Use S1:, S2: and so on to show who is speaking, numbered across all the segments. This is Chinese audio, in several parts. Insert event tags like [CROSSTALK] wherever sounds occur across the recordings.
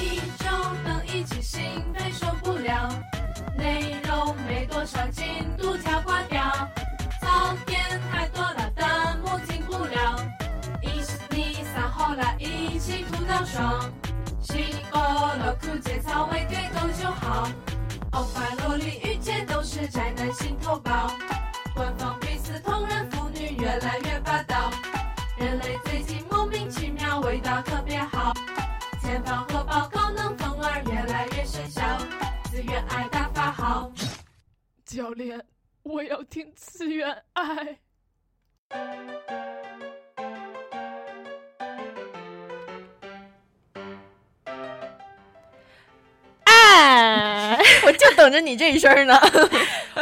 S1: 一周能一起兴奋受不了，内容没多少进度条挂掉，早点太多了弹幕进不了，一起你三后来一起吐到爽，西沟了苦节操为给够就好，欧巴萝莉御姐都是宅男心头宝，官方彼此同人腐女越来越霸道，人类最近莫名其妙味道特别好。前方和报高能风儿越来越喧嚣，自愿爱大发好。
S2: 教练，我要听次元爱。
S3: 哎，
S4: [LAUGHS] 我就等着你这一声呢。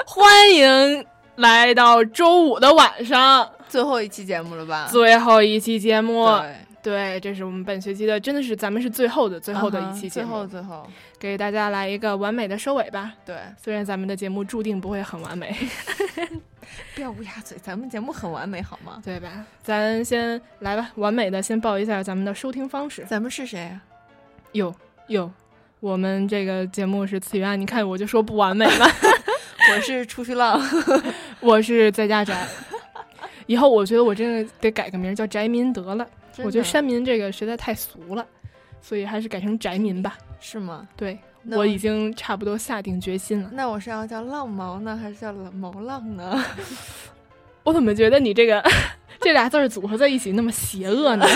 S2: 欢迎来到周五的晚上，
S4: [LAUGHS] 最后一期节目了 [LAUGHS] 吧？
S2: 最后一期节目。
S4: 对，
S2: 对，这是我们本学期的，真的是咱们是最后啊的最后的
S4: 嗯
S2: 一
S4: 哼
S2: 期节
S4: 最
S2: 目，
S4: 后最后，
S2: 给大家来一个完美的收尾吧。
S4: 对，
S2: 虽然咱们的节目注定不会很完美，
S4: 不要乌鸦嘴，咱们节目很完美好吗？
S2: 对吧？咱先来吧，完美的先报一下咱们的收听方式。
S4: 咱们是谁啊？
S2: 哟哟，我们这个节目是次元，你看我就说不完美了。
S4: [LAUGHS]
S2: [LAUGHS]
S4: 我是出去浪，
S2: 我是在家宅。以后我觉得我真的得改个名儿叫宅民得了。
S4: 真的
S2: [LAUGHS] 我觉得山民这个实在太俗了，所以还是改成宅民吧。
S4: 是吗？
S2: 对
S4: 那
S2: 我已经差不多下定决心了。
S4: 那我是要叫浪毛呢，还是叫毛浪呢？ [LAUGHS]
S2: 我怎么觉得你这个 [LAUGHS] 这俩字儿组合在一起那么邪恶呢？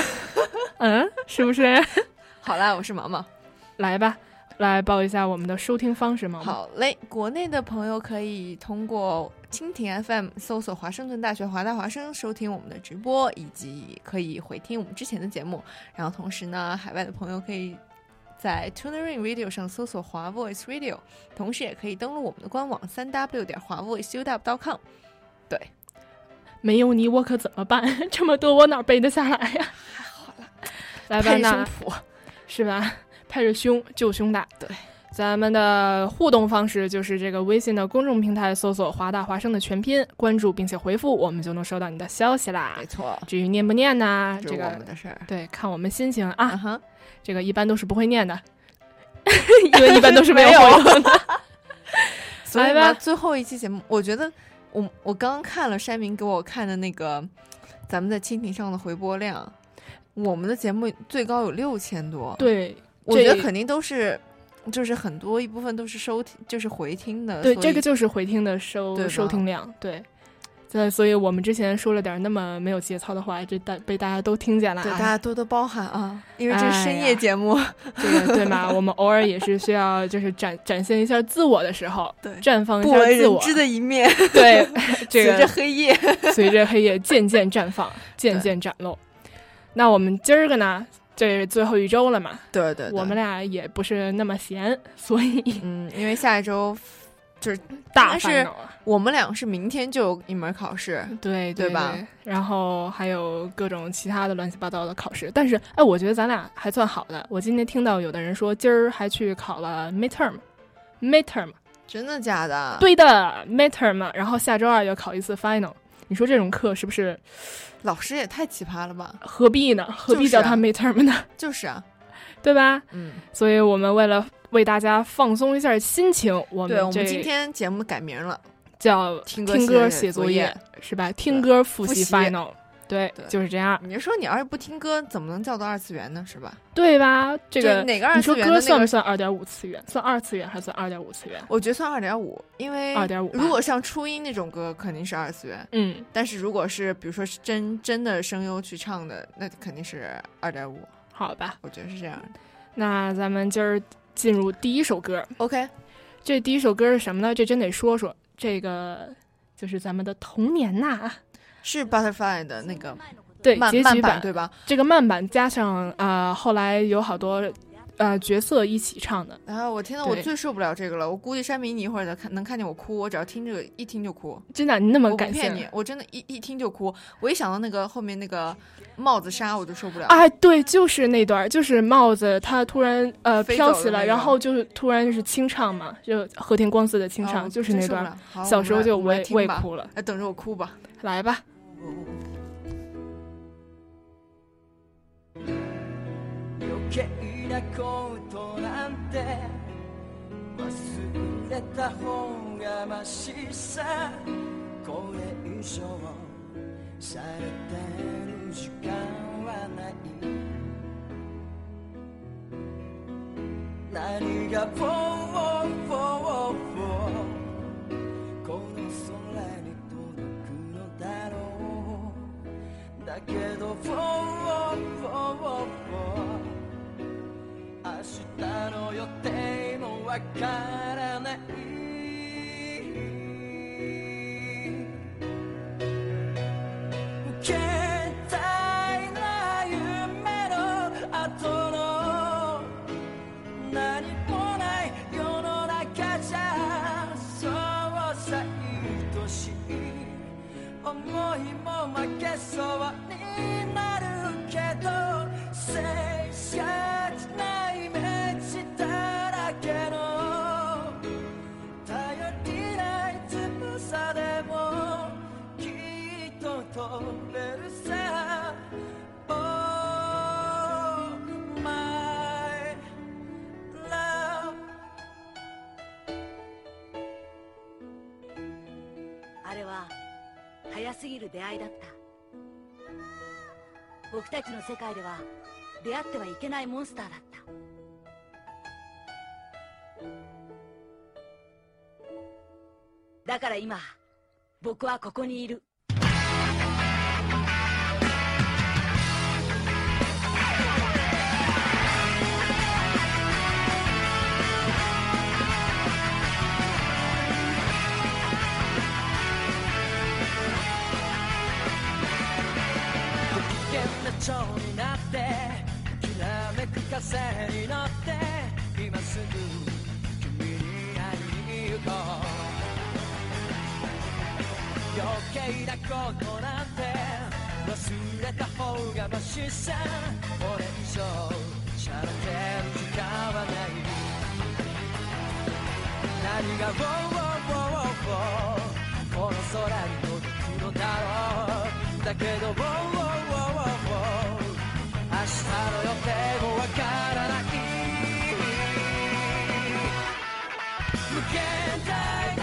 S2: [LAUGHS] 嗯，是不是？ [LAUGHS]
S4: 好啦，我是毛毛。
S2: 来吧，来报一下我们的收听方式嘛。
S4: 好嘞，国内的朋友可以通过蜻蜓 FM 搜索华盛顿大学华大华生收听我们的直播，以及可以回听我们之前的节目。然后同时呢，海外的朋友可以在 TuneIn Radio 上搜索华 Voice Radio，同时也可以登录我们的官网三 w 点华 voiceup.com。
S2: 没有你我可怎么办？ [LAUGHS] 这么多我哪儿背得下来呀、还 [LAUGHS] 好啦，来吧，
S4: 配
S2: 那
S4: 胸脯，
S2: 是吧？拍着胸就胸大。
S4: 对，
S2: 咱们的互动方式就是这个微信的公众平台搜索“华大华生”的全拼，关注并且回复，我们就能收到你的消息啦
S4: 没。错，
S2: 至于念不念呢？
S4: 这
S2: 这
S4: 是我们
S2: 个
S4: 的事儿。
S2: 对，看我们心情啊
S4: 啊。哈，
S2: 这
S4: [LAUGHS]
S2: 个一般都是不会念的，因为一般都是没有回复的。
S4: 所以
S2: 来吧
S4: 呢，最后一期节目，我觉得我我刚刚看了山明给我看的那个咱们在蜻蜓上的回播量，我们的节目最高有六千多，，
S2: 对，
S4: 我觉得
S2: 这
S4: 肯定都是。就是很多一部分都是收听，就是回听的。
S2: 对，
S4: 所
S2: 这
S4: 以
S2: 个就是回听的
S4: 对
S2: 收
S4: 吧
S2: 收听量，对。那所以我们之前说了点那么没有节操的话，这大被大家都听见了、啊，
S4: 对大家多多包涵啊，因为这是
S2: 哎
S4: 深
S2: 呀
S4: 夜节目。
S2: 这个对吗？我们偶尔也是需要，就是展展现一下自我的时候，
S4: 对
S2: 绽放一
S4: 不
S2: 下
S4: 为
S2: 自
S4: 人
S2: 我，
S4: 知的一面，
S2: 对这
S4: 随着
S2: 个
S4: 黑
S2: [LAUGHS]
S4: 夜。
S2: 随着黑夜渐渐绽放，渐渐展露。那我们今儿个呢，这是最后一周了嘛，
S4: 对对对，
S2: 我们俩也不是那么闲，所以
S4: 嗯，因为下一周
S2: 大
S4: 但是
S2: 烦恼啊，
S4: 我们俩是明天就有一门考试，
S2: 对
S4: 对吧？
S2: 然后还有各种其他的乱七八糟的考试，但是哎，我觉得咱俩还算好的。我今天听到有的人说，今儿还去考了 midterm，midterm。
S4: 真的假的？
S2: 对的，midterm，然后下周二要考一次 final。你说这种课是不是
S4: 老师也太奇葩了吧？
S2: 何必呢？何必叫
S4: 啊
S2: 它 midterm 呢？ [LAUGHS]
S4: 就是啊，
S2: 对吧？
S4: 嗯，
S2: 所以我们为了为大家放松一下心情，我
S4: 对，我
S2: 们
S4: 们
S2: 这
S4: 今天节目改名了，
S2: 叫
S4: 听歌
S2: 听歌
S4: 写
S2: 写
S4: 作
S2: 作
S4: 业
S2: 业是吧？听歌复习
S4: 复习
S2: final，对
S4: 对，
S2: 就是这样，
S4: 你说你要是不听歌，怎么能叫做二次元呢？是吧？
S2: 对吧？这
S4: 就
S2: 个
S4: 是哪个二
S2: 你说
S4: 次元
S2: 歌
S4: 的
S2: 算
S4: 那
S2: 不
S4: 个？
S2: 算二点五次元？算二次元还是算二点五次元？
S4: 我觉得算二点五，因为
S2: 2.5吧
S4: 如果像初音那种歌，肯定是二次元；
S2: 嗯，
S4: 但是如果是比如说是真真的声优去唱的，那肯定是二点五。
S2: 好吧，
S4: 我觉得是这样的。
S2: 那咱们今儿进入第一首歌，
S4: OK，
S2: 这第一首歌是什么呢？这真得说说，这个就是咱们的童年呐、啊
S4: 是 Butterfly 的那个
S2: 对，
S4: 慢
S2: 结
S4: 慢
S2: 局
S4: 版对吧？
S2: 这个慢版加上啊、呃后来有好多呃角色一起唱的，
S4: 然后我天呐，我
S2: 对
S4: 最受不了这个了。我估计山明你一会儿能看能看见我哭，我只要听这个一听就哭。
S2: 真的你那么
S4: 我不
S2: 感谢
S4: 骗你，我真的一一听就哭。我一想到那个后面那个帽子杀，我就受不了。
S2: 哎，对，就是那段儿，就是帽子它突然呃
S4: 飞
S2: 飘
S4: 走
S2: 起来，
S4: 了那
S2: 然
S4: 个
S2: 后就是突然就是清唱嘛，就和田光司的清
S4: 经
S2: 唱，
S4: 常
S2: 就是那段儿，
S4: 段
S2: 小时候就
S4: 我也
S2: 我
S4: 听
S2: 我也
S4: 吧。
S2: 哭了，
S4: 哎，等着我哭吧。
S2: 来吧。
S5: 余計なことなんて忘れた方がましさこれ以上されてる時間はない何がポーポーポーこの空に届くのだろうだけどポーポーポー明日の予定もわからない携帯な夢の後の何もない世の中じゃそうさ愛しい思いも負けそうになるけど静止なイメージだらけの頼りない翼でもきっと飛べるさ Oh my love
S6: あれは早すぎる出会いだった僕たちの世界では出会ってはいけないモンスターだっただから今僕はここにいる
S5: ご機嫌な蝶になってきらめく風に乗って今すぐ君に会いに行こう余計なことなんて忘れた方がましさこれ以上しゃらける時間はない何が「ウォーウォーウォーウォー」この空に届くのだろうだけど wow, wow, wow, wow 明日の予定もわからない無限大な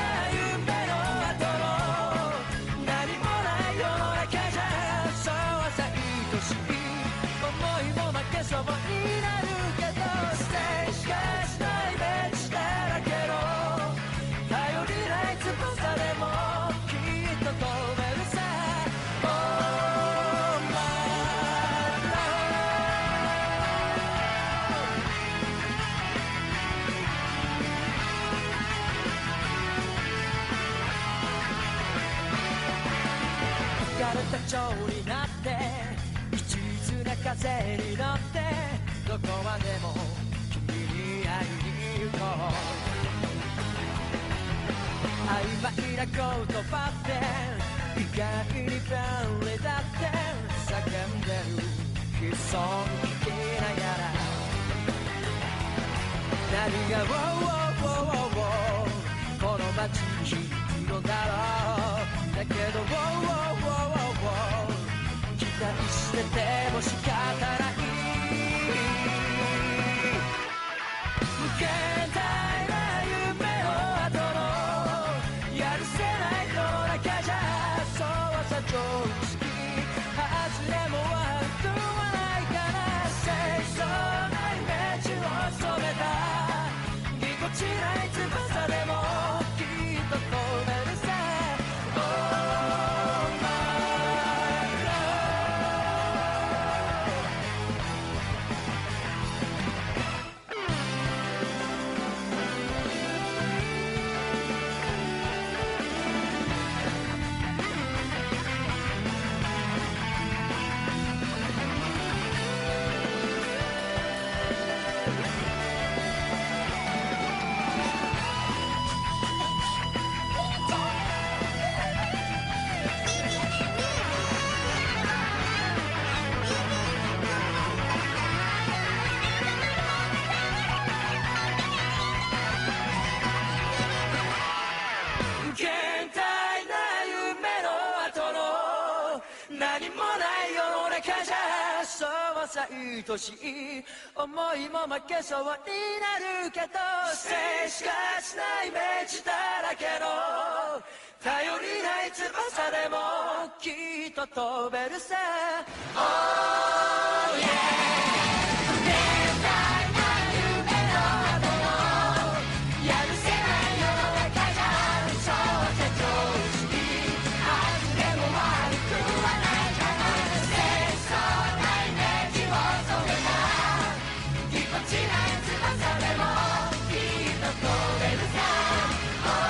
S5: た蝶になって一途な風に乗ってどこまでも君に会いに行こう曖昧な言葉って意外に便利だって叫んでる悲壮聞きながら何が「ウォーウォーウォーウォーこの街に響くのだろうだけど「ウォーウォーウォーウォーウォー期待してても仕方ない現在は夢の後のやるせないこのだけじゃそうはさ常識外れも悪くはないから清楚なイメージを染めたぎこちない翼でもきっと飛べるさ Oh my love 現代な夢の後の何もない世の中じゃそうさ愛しい思いも負けそうになるけど静止化しないイメージだらけの頼りない翼でもきっと飛べるさ Oh yeah 現代な夢の後の「やるせない世の中じゃ嘘じゃ常識」「外れも悪くはないから」「清楚なイメージを染めた」「ぎこちない翼でもきっと飛べるさ」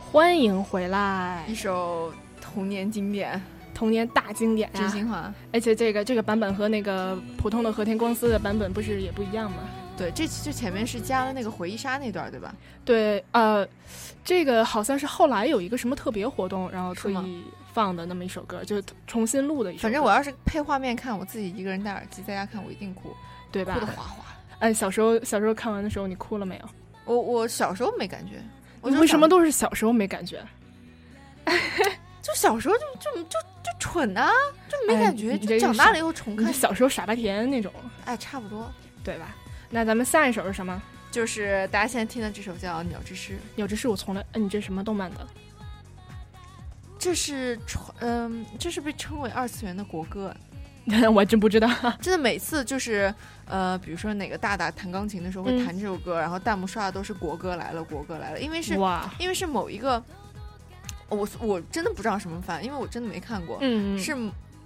S2: 欢迎回来
S4: 一，首哦童年经典
S2: 童年大经典
S4: 《知
S2: 啊！
S4: 心话
S2: 而且这个这个版本和那个普通的和田光司的版本不是也不一样吗？》。
S4: 对，这这前面是加了那个回忆杀那段，对吧？
S2: 对，呃，这个好像是后来有一个什么特别活动，然后特
S4: 是吗
S2: 意放的那么一首歌，就是重新录的一首歌。
S4: 反正我要是配画面看，我自己一个人戴耳机在家看，我一定哭，
S2: 对吧
S4: 哭的？哗哗。
S2: 哎，小时候小时候看完的时候，你哭了没有？
S4: 我我小时候没感觉，我
S2: 你
S4: 就
S2: 为什
S4: 长
S2: 么都是小时候没感觉？
S4: 就小时候就就就就蠢啊，就没
S2: 哎
S4: 感觉，
S2: 你这
S4: 就是长大了以后重
S2: 你
S4: 看
S2: 是，小时候傻白甜那种，
S4: 哎，差不多。
S2: 对吧？那咱们下一首是什么？
S4: 就是大家现在听的这首叫《鸟之诗》，
S2: 有这是我从来……哎，你这什么动漫的？
S4: 这是传，嗯，这是被称为二次元的国歌。
S2: [LAUGHS] 我还真不知道。
S4: 真的每次就是，呃，比如说哪个大大弹钢琴的时候会
S2: 嗯
S4: 弹这首歌，然后弹幕刷的都是国歌来了，国歌来了，因为是
S2: 哇，
S4: 因为是某一个，我我真的不知道什么番，因为我真的没看过，
S2: 嗯，
S4: 是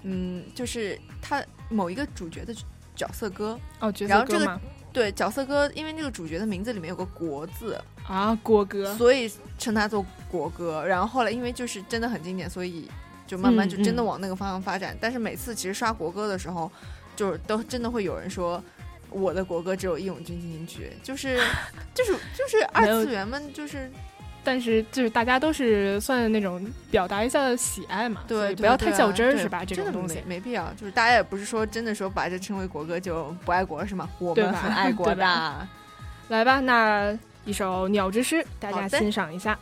S4: 嗯，就是他某一个主角的角色歌，
S2: 哦，角
S4: 然
S2: 色
S4: 后这
S2: 歌
S4: 个
S2: 嘛，
S4: 对角色歌，因为那个主角的名字里面有个国字，
S2: 啊，国歌，
S4: 所以称它做国歌。然后后来因为就是真的很经典，所以就慢慢
S2: 嗯
S4: 就真的
S2: 嗯
S4: 往那个方向发展。但是每次其实刷国歌的时候，就是都真的会有人说。我的国歌只有《义勇军进行曲》，就是， [LAUGHS] 就是，就是二
S2: 没有
S4: 次元们，就是
S2: 但是就是大家都是算那种表达一下喜爱嘛，所
S4: 对，
S2: 以
S4: 对
S2: 不要
S4: 对
S2: 太较
S4: 啊
S2: 真儿
S4: 对
S2: 是吧？这
S4: 真
S2: 种
S4: 的
S2: 东
S4: 没
S2: 西，
S4: 没必要，就是大家也不是说真的说把这称为国歌就不爱国是吗？我
S2: 对
S4: 们
S2: 吧
S4: 很爱国
S2: 对
S4: 的
S2: 吧。来吧，那一首《鸟之诗》，大家
S4: 好的
S2: 欣赏一下。
S1: 消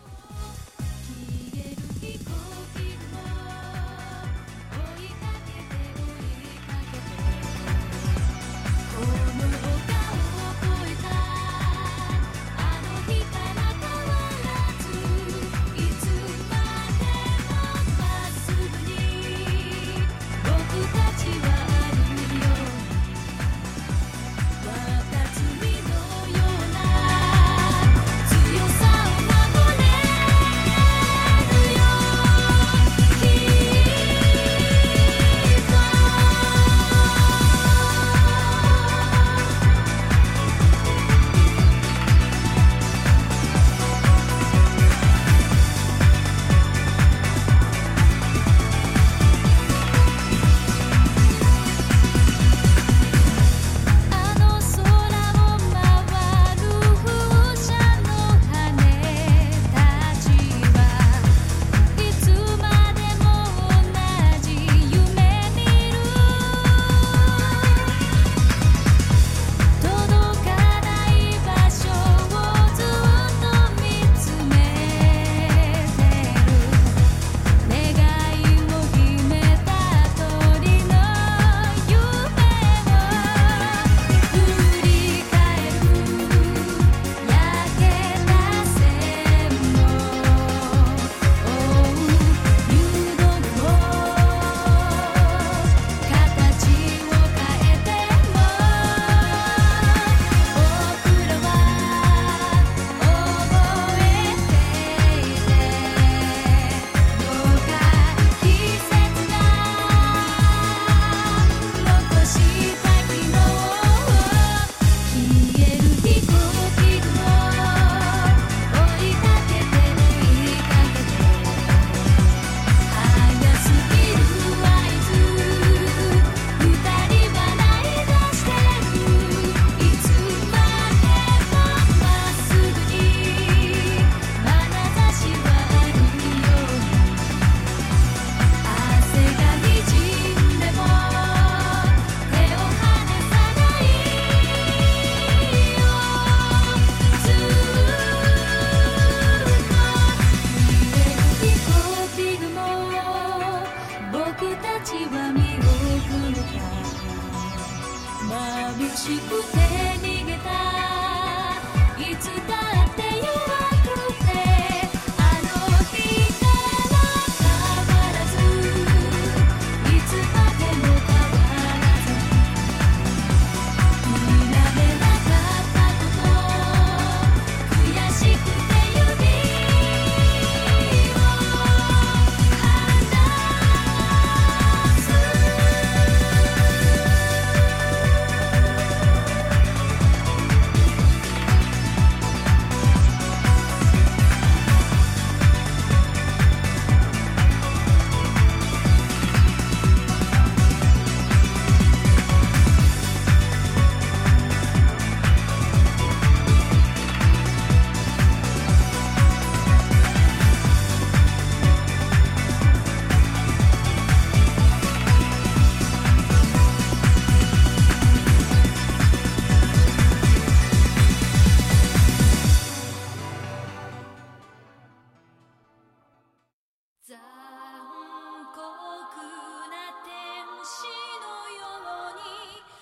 S1: える飛行機を追いかけて追いかけて」「この丘を越えたあの日から変わらず」「いつまでも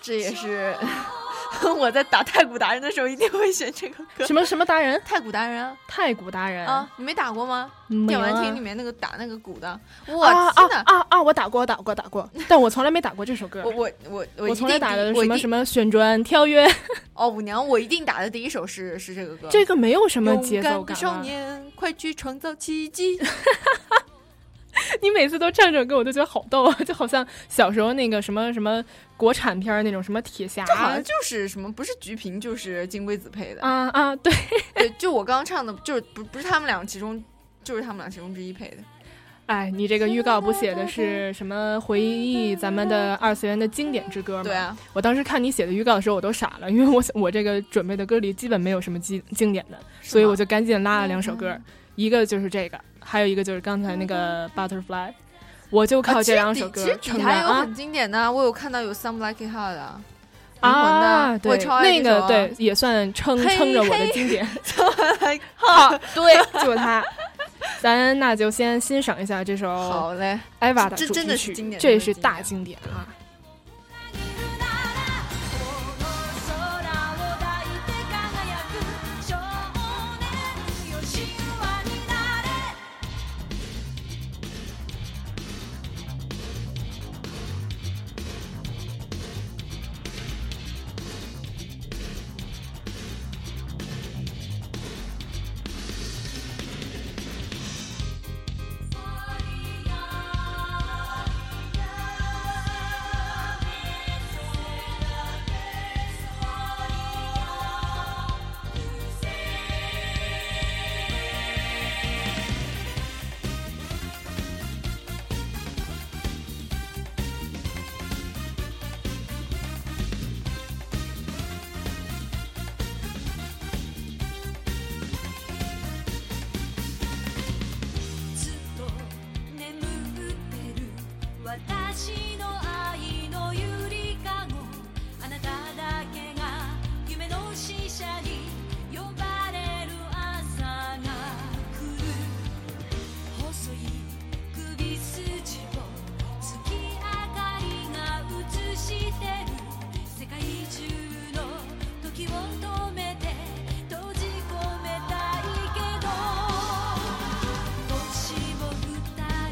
S4: 这也是 [LAUGHS] 我在打太鼓达人的时候一定会选这个歌。
S2: 什么什么达人？
S4: 太鼓达人啊
S2: 太鼓达人
S4: 啊！你没打过吗？
S2: 没
S4: 电
S2: 有
S4: 玩
S2: 啊
S4: 厅里面那个打那个鼓的，我
S2: 啊啊
S4: 天哪！
S2: 啊啊！我打过，打过，打
S4: [LAUGHS]
S2: 过，但我从来没打过这首歌。
S4: 我我我我
S2: 我
S4: 一
S2: 从来
S4: 定
S2: 打
S4: 第
S2: 的什
S4: 我
S2: 么
S4: 一定
S2: 什么旋转跳跃，
S4: 哦，舞娘，我一定打的第一首是是这个歌。
S2: 这个没有什么节
S4: 勇
S2: 奏
S4: 敢的
S2: 感
S4: 少
S2: 啊。
S4: 年，快去创造奇
S2: [LAUGHS]
S4: 迹！
S2: 你每次都唱这首歌，我都觉得好逗啊，就好像小时候那个什么什么国产片儿那种什么铁侠
S4: 这好像就是什么，不是菊萍就是金龟子配的。
S2: 啊啊，对，
S4: [LAUGHS] 对，就我刚刚唱的，就是不不是他们俩其中，就是他们俩其中之一配的。
S2: 哎，你这个预告不写的是什么回忆咱们的二次元的经典之歌吗？
S4: 对啊，
S2: 我当时看你写的预告的时候，我都傻了，因为我想我这个准备的歌里基本没有什么经经典的，所以我就赶紧拉了两首
S4: 嗯
S2: 歌，一个就是这个，还有一个就是刚才那个 Butterfly，我就靠
S4: 啊其
S2: 这
S4: 实
S2: 两
S4: 底
S2: 首歌
S4: 其实
S2: 成长
S4: 底还有
S2: 啊
S4: 很经典的啊，我有看到有 Some Like It Hot 的，灵魂
S2: 啊，
S4: 的，我
S2: 对，
S4: 超
S2: 那
S4: 爱这首
S2: 个
S4: 啊
S2: 对也算撑
S4: 嘿
S2: 撑着我的
S4: 嘿
S2: 经
S4: [LAUGHS]
S2: 典，
S4: Like
S2: [LAUGHS] 好，对，就它。咱那就先欣赏一下这首
S4: 好嘞，
S2: 艾娃的
S4: 这
S2: 主
S4: 真
S2: 题
S4: 的是
S2: 曲，
S4: 经典
S2: 这也
S4: 真的
S2: 是
S4: 是经
S2: 大
S4: 典
S2: 经典啊！
S7: ずっと眠ってる私の愛のゆりかごあなただけが夢の使者に呼ばれる朝が来る細い首筋を月明かりが映してる世界中の時を止めて閉じ込めたいけどもしも二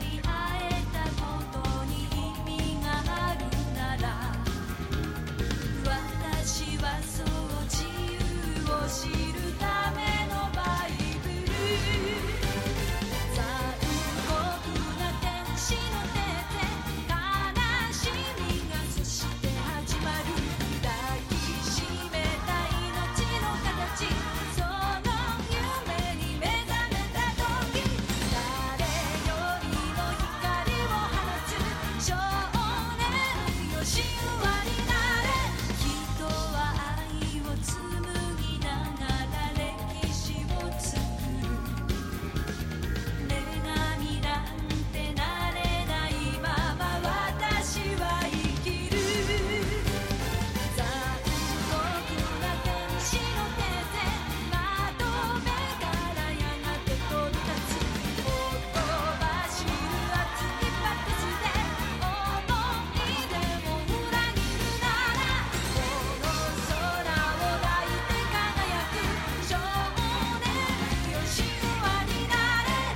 S7: 人会えたことに意味があるなら私はそう自由を知るためのバイブル残酷な天使の手で悲しみがそして始まる抱きしめた命の形その夢に目覚めた時誰よりも光を放つ少年よ神話になれ人は愛を紡ぎながら歴史を作る女神なんてなれないまま私は生きる残酷な天使の手でまとめからやがて飛び立つほとばしる熱きパックスで思い出を裏切るならこの空を抱いて輝く少年よ神話になれ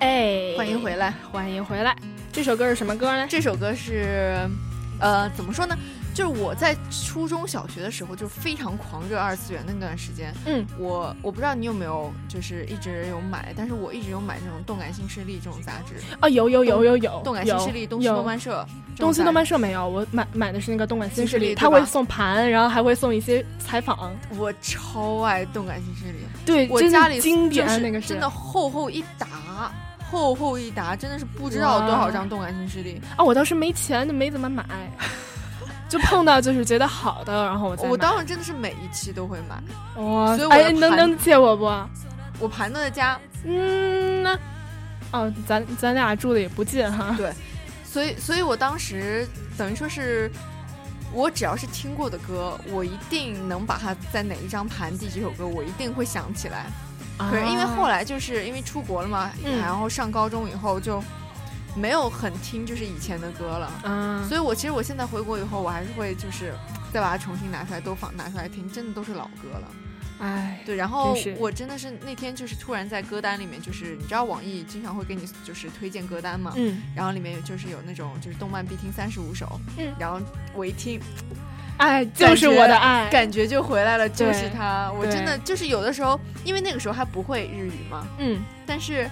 S2: 哎，
S4: 欢迎回来。
S2: 欢迎回来。这首歌是什么歌呢？
S4: 这首歌是，呃，怎么说呢？就是我在初中小学的时候，就非常狂热二次元那段时间。
S2: 嗯，
S4: 我我不知道你有没有，就是一直有买，但是我一直有买那种动感新势力这种杂志，
S2: 啊，有有有有有，
S4: 动感
S2: 有
S4: 新势力、东西
S2: 有
S4: 动漫社、这种
S2: 东西动漫
S4: 杂
S2: 社没有，我买买的是那个动感新势
S4: 新势
S2: 力，
S4: 力
S2: 他
S4: 对吧
S2: 会送盘，然后还会送一些采访。
S4: 志，我超爱动感新势力。
S2: 对，
S4: 我
S2: 哎真的
S4: 家里
S2: 经典啊
S4: 就是
S2: 那个是
S4: 真的厚厚一沓，厚厚一沓，真的是不知道有多少张动感新势力。
S2: 啊，我当时没钱，就没怎么买，就碰到就是觉得好的，然后我再
S4: 我
S2: 买
S4: 当时真的是每一期都会买，
S2: 哇
S4: 所以，我的
S2: 哎，能
S4: 盘
S2: 能借我不？
S4: 我盘都在家，
S2: 嗯，那哦，咱咱俩住的也不近哈。
S4: 所以所以我当时等于说是。我只要是听过的歌，我一定能把它在哪一张盘第几首歌，我一定会想起来。可是因为后
S2: 来
S4: 来就是因为出国了嘛，
S2: 啊嗯
S4: 然后上高中以后就没有很听就是以前的歌了，
S2: 啊，
S4: 所以我其实我现在回国以后，我还是会就是再把它重新拿出来都放拿出来听，真的都是老歌了。
S2: 哎，
S4: 对，然后
S2: 真是
S4: 我真的是那天就是突然在歌单里面，就是你知道网易经常会给你就是推荐歌单嘛，
S2: 嗯，
S4: 然后里面就是有那种就是动漫必听三十五首，
S2: 嗯
S4: 然后我一听哎
S2: 爱就是我的爱，
S4: 感觉就回来了，就
S2: 哎对
S4: 是它。我真的就是有的时候，因为那个时候还不会日语嘛，
S2: 嗯，
S4: 但是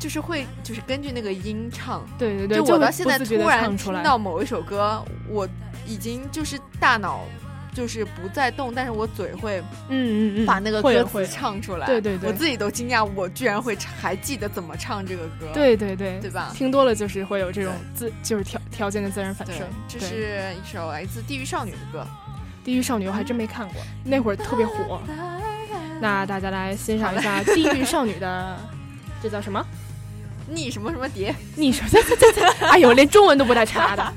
S4: 就是会就是根据那个音唱，
S2: 对对对，
S4: 我
S2: 会
S4: 到现在
S2: 不自
S4: 突
S2: 觉地
S4: 然
S2: 唱出
S4: 听
S2: 来
S4: 到某一首歌，我已经就是大脑就是不再动，但是我嘴会
S2: 嗯嗯嗯，
S4: 把那个
S2: 会
S4: 歌
S2: 会
S4: 词唱出来。
S2: 对对对
S4: 我自己都惊讶，我居然会还记得怎么唱这个歌。
S2: 对对对
S4: 对吧
S2: 听多了就是会有这种自，就是条条件的自然反
S4: 对
S2: 射。，
S4: 这
S2: 对
S4: 是一首来自地狱少女的歌，
S2: 《地狱少女》，我还真没看过，那会儿特别火。那大家来欣赏一下《地狱少女》的，这叫什么？
S4: 逆什么什么蝶，
S2: 你说，这这这， [LAUGHS] 哎呦，连中文都不带查的。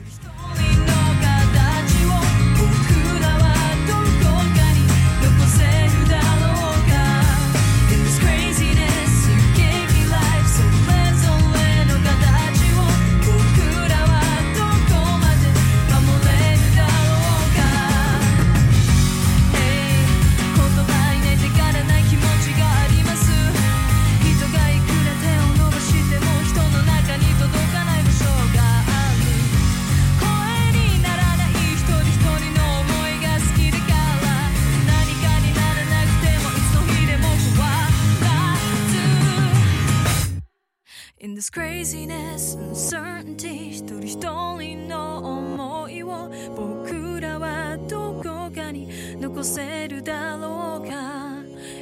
S7: In this craziness, uncertainty 一人一人の思いを僕らはどこかに残せるだろうか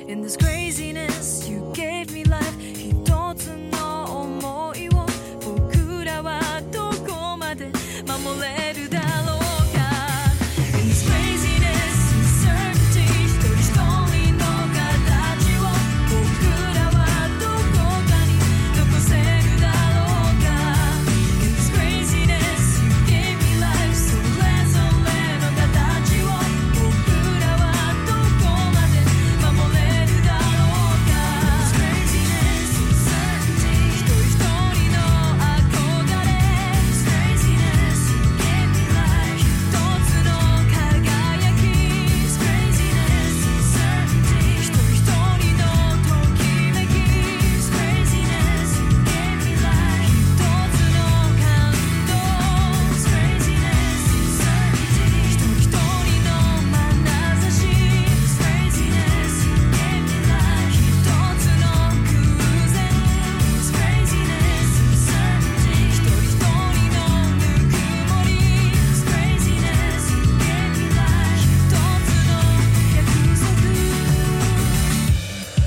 S7: In this craziness, you gave me life 一つの思いを僕らはどこまで守れるだろうか In this craziness, uncertainty 一人一人の形を僕らはどこかに残せるだろうか In this craziness, you gave me life それぞれの形を僕らはどこまで守れるだろうか This craziness, uncertainty 一人一人の憧れ This craziness, you gave me life 一つの輝き This craziness, uncertainty 一人一人のときめき This craziness, you gave me life 一つの感動 This craziness, uncertainty 一人一人の眼差し This craziness, you gave me life 一つの偶然 This craziness, uncertainty 一人一人のぬくもり This craziness, you gave me life 一つの約束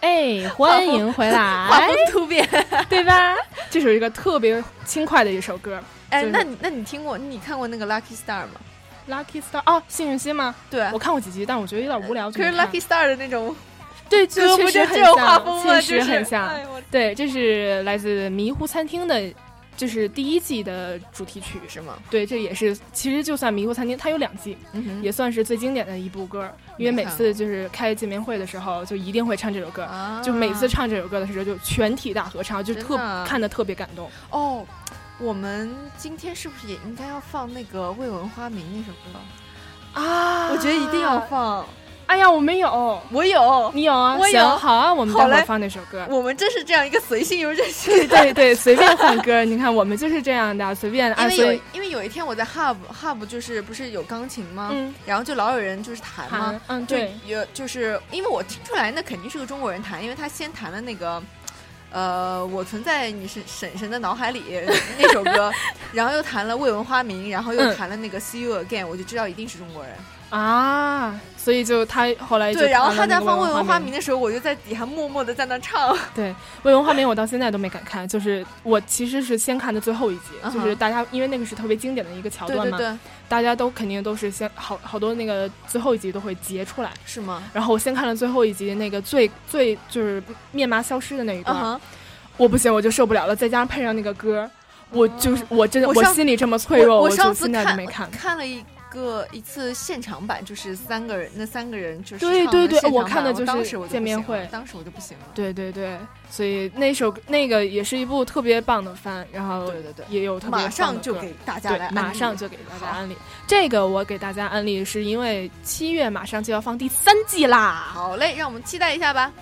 S2: 哎，欢迎回
S4: [LAUGHS] 画
S2: 来，
S4: 风突
S2: [LAUGHS]
S4: 变。
S2: 对吧？这是一个特别轻快的一首歌，
S4: 哎
S2: 就，是
S4: 那你那你听过你看过那个 Lucky Star 吗？
S2: 《Lucky Star》哦，幸运星吗？
S4: 对啊
S2: 我看过几集，但我觉得有点无聊。就
S4: 可是
S2: 没看
S4: Lucky Star 的那种
S2: 对，
S4: 歌
S2: 就
S4: 不
S2: 确实
S4: 就这
S2: 很
S4: 种画
S2: 像，
S4: 风
S2: 确
S4: 吗？
S2: 实
S4: 就是
S2: 很像。
S4: 哎我
S2: 对，这是来自《迷糊餐厅》的，就是第一季的主题曲。
S4: 是吗？
S2: 对，这也是其实就算《迷糊餐厅》，它有两季，
S4: 嗯哼
S2: 也算是最经典的一部歌儿。因为
S4: 没
S2: 每
S4: 看
S2: 次就是开见面会的时候，就一定会唱这首歌儿。
S4: 啊
S2: 就每次唱这首歌的时候，就全体大合唱，就
S4: 真
S2: 特
S4: 的啊
S2: 看的特别感动。
S4: 哦，我们今天是不是也应该要放那个《未闻花名》那首歌？
S2: 啊
S4: 我觉得一定要。放，
S2: 哎呀，我没有，
S4: 我有。
S2: 你有啊？
S4: 我
S2: 行
S4: 有
S2: 好啊，我们
S4: 好
S2: 待会儿
S4: 嘞
S2: 放那首歌。
S4: 我们真是这样一个随性又任性 [LAUGHS] 的，
S2: 对对，随便换歌儿，你看我们就是这样的，随便
S4: [LAUGHS] 因
S2: 啊，
S4: 为
S2: 所
S4: 有
S2: 以
S4: 因为有一天我在 Hub Hub 就是不是有钢琴吗？
S2: 嗯，
S4: 然后就老有人就是弹嘛
S2: 弹，嗯
S4: 就
S2: 对，
S4: 有就是因为我听出来那肯定是个中国人弹，因为他先弹的那个。呃，我存在你是婶婶的脑海里那 [LAUGHS] 首歌，然后又弹了《未闻花名》，然后又
S2: 嗯
S4: 弹了那个《See You Again》，我就知道一定是中国人。
S2: 啊，所以就他后哎来就
S4: 对，然后
S2: 看到
S4: 他
S2: 那
S4: 在
S2: 个
S4: 放《
S2: 未
S4: 未
S2: 闻
S4: 闻花
S2: 名
S4: 名》的时候，我就在底下默默的在那
S2: [LAUGHS]
S4: 唱。
S2: 对《未闻花名》，我到现在都没敢看。就是我其实是先看的最后一集，
S4: 嗯哼
S2: 就是大家因为那个是特别经典的一个桥
S4: 对
S2: 段
S4: 对
S2: 嘛，
S4: 对，
S2: 大家都肯定都是先好好多那个最后一集都会截出来。
S4: 是吗？
S2: 然后我先看了最后一集那个最最就是面麻消失的那一段
S4: 嗯哼，
S2: 我不行，我就受不了了，再加上配上那个歌。我就是我真的
S4: 哦我
S2: 我
S4: 上
S2: 心里这么脆弱，
S4: 我
S2: 我
S4: 我上
S2: 就
S4: 次
S2: 现在都
S4: 看
S2: 没看。
S4: 看了一个一次现场版，就是三个人，那三个人就是
S2: 对
S4: 唱的
S2: 对对
S4: 现
S2: 我
S4: 场
S2: 看的
S4: 版
S2: 就是
S4: 当时我不
S2: 见面
S4: 行了
S2: 会
S4: 当时我就不行了。
S2: 对对对，所以那首那个也是一部特别棒的番，然后
S4: 对对对
S2: 也有特别棒的
S4: 马上就
S2: 歌
S4: 给大家
S2: 对
S4: 来安利，
S2: 马上就给大家
S4: 好
S2: 安利。这个我给大家安利，是因为七月马上就要放第三季啦。
S4: 好嘞，让我们期待一下吧。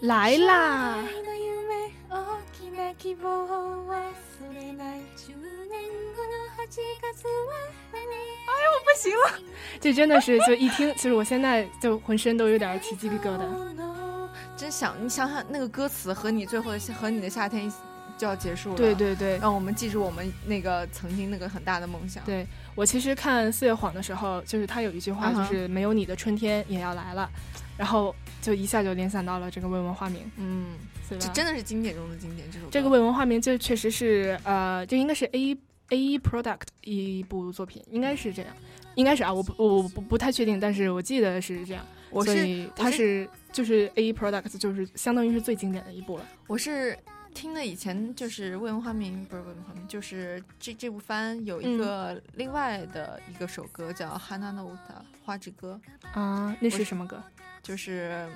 S2: 来啦！这真的是就一听， [LAUGHS] 其实我现在就浑身都有点起鸡皮
S4: [LAUGHS]
S2: 疙瘩。
S4: 真想你想想那个歌词和你最后的夏和你的夏天一起就要结束了，
S2: 对，对对，
S4: 让我们记住我们那个曾经那个很大的梦想。
S2: 对我其实看四月谎的时候，就是他有一句话，
S4: 嗯
S2: 就
S4: 哼
S2: 是没有你的春天也要来了，然后就一下就联想到了这个未闻花名，
S4: 嗯，
S2: 对吧
S4: 这？真的是经典中的经典，这首歌
S2: 这个未闻花名就确实是呃，这应该是 A A E Product 一部作品，应该是这样，应该是啊，我不我我不不太确定，但是我记得是这样，
S4: 我
S2: 所
S4: 是
S2: 以它
S4: 我是
S2: 是就是 A E Product 就是相当于是最经典的一部了。
S4: 我是听了以前就是未闻花名，不是未闻花名，就是这这部番有
S2: 嗯
S4: 一个另外的一个首歌叫《Hana no Uta》花之歌，
S2: 啊，那
S4: 我
S2: 是
S4: 是
S2: 什么歌？
S4: 就是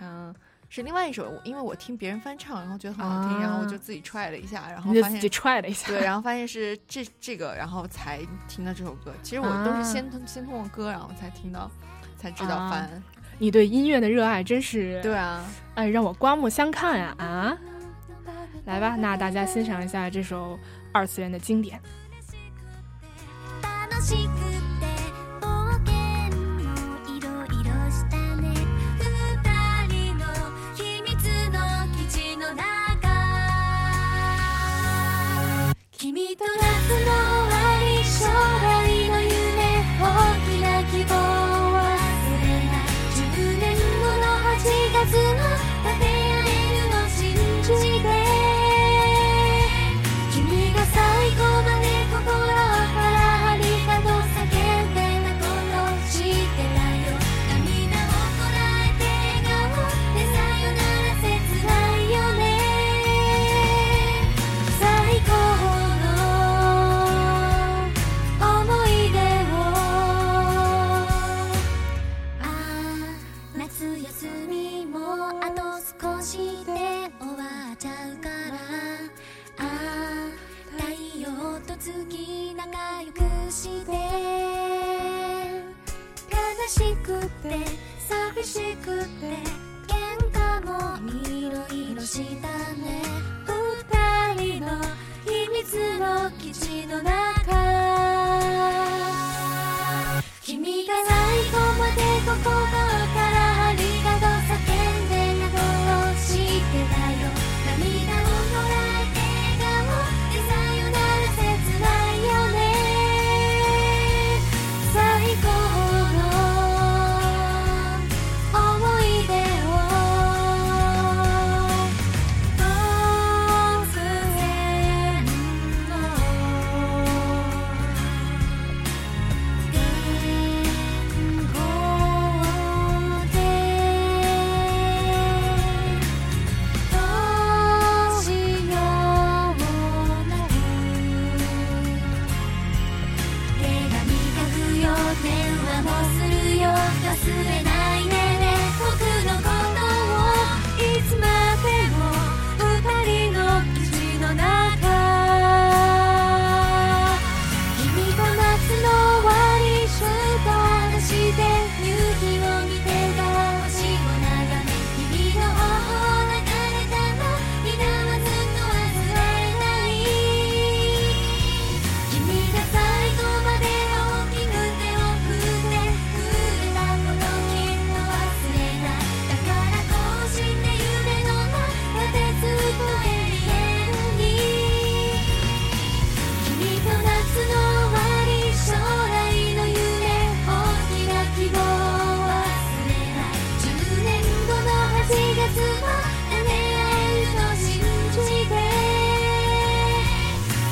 S4: 嗯、是另外一首，因为我听别人翻唱，然后觉得很好听，
S2: 啊
S4: 然后我就自己踹了一下，然后
S2: 你就
S4: 发
S2: 自己
S4: 现。
S2: 踹了一下。
S4: 对，然后发现是这这个，然后才听到这首歌。其实我都
S2: 啊
S4: 是先通、先通过歌，然后才听到，才知道
S2: 啊
S4: 翻。
S2: 你对音乐的热爱真是
S4: 对啊，
S2: 哎，让我刮目相看呀！啊，来吧，那大家欣赏一下这首二次元的经典。
S8: 楽しくて冒険もいろいろしたね二人の秘密の基地の中君と夏の終わり将来の夢して悲しくて寂しくて喧嘩もいろいろしたね二人の秘密の基地の中君が最後まで心からありがとう叫んでなどをしてだよ涙をこらえて笑顔でさよなら切ないよね最高の思い出を突然の天候でどうしようなく手紙書くよ電話もするよ忘れないでね僕のことをいつまでも二人の記事の中君が夏の終わりシューター出して夕日を見てた星を眺め君の頬を流れたら涙はずっと忘れない君が最後まで大きく手を振ってくれたこときっと忘れないだからこうして夢の中でずっと永遠に君と夏の終わり将来の夢大きな希望を忘れない10年後の8月は誰会えるの信じて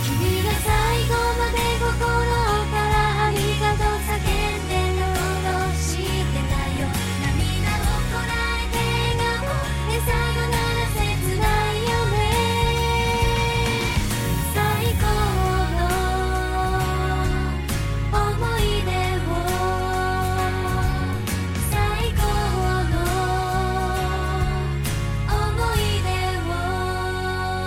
S8: 君が最後まで心からありがとう叫んでたことしてたよ涙をこらえて笑顔でさよなら切ないよね最高の思い出を最高の思い出を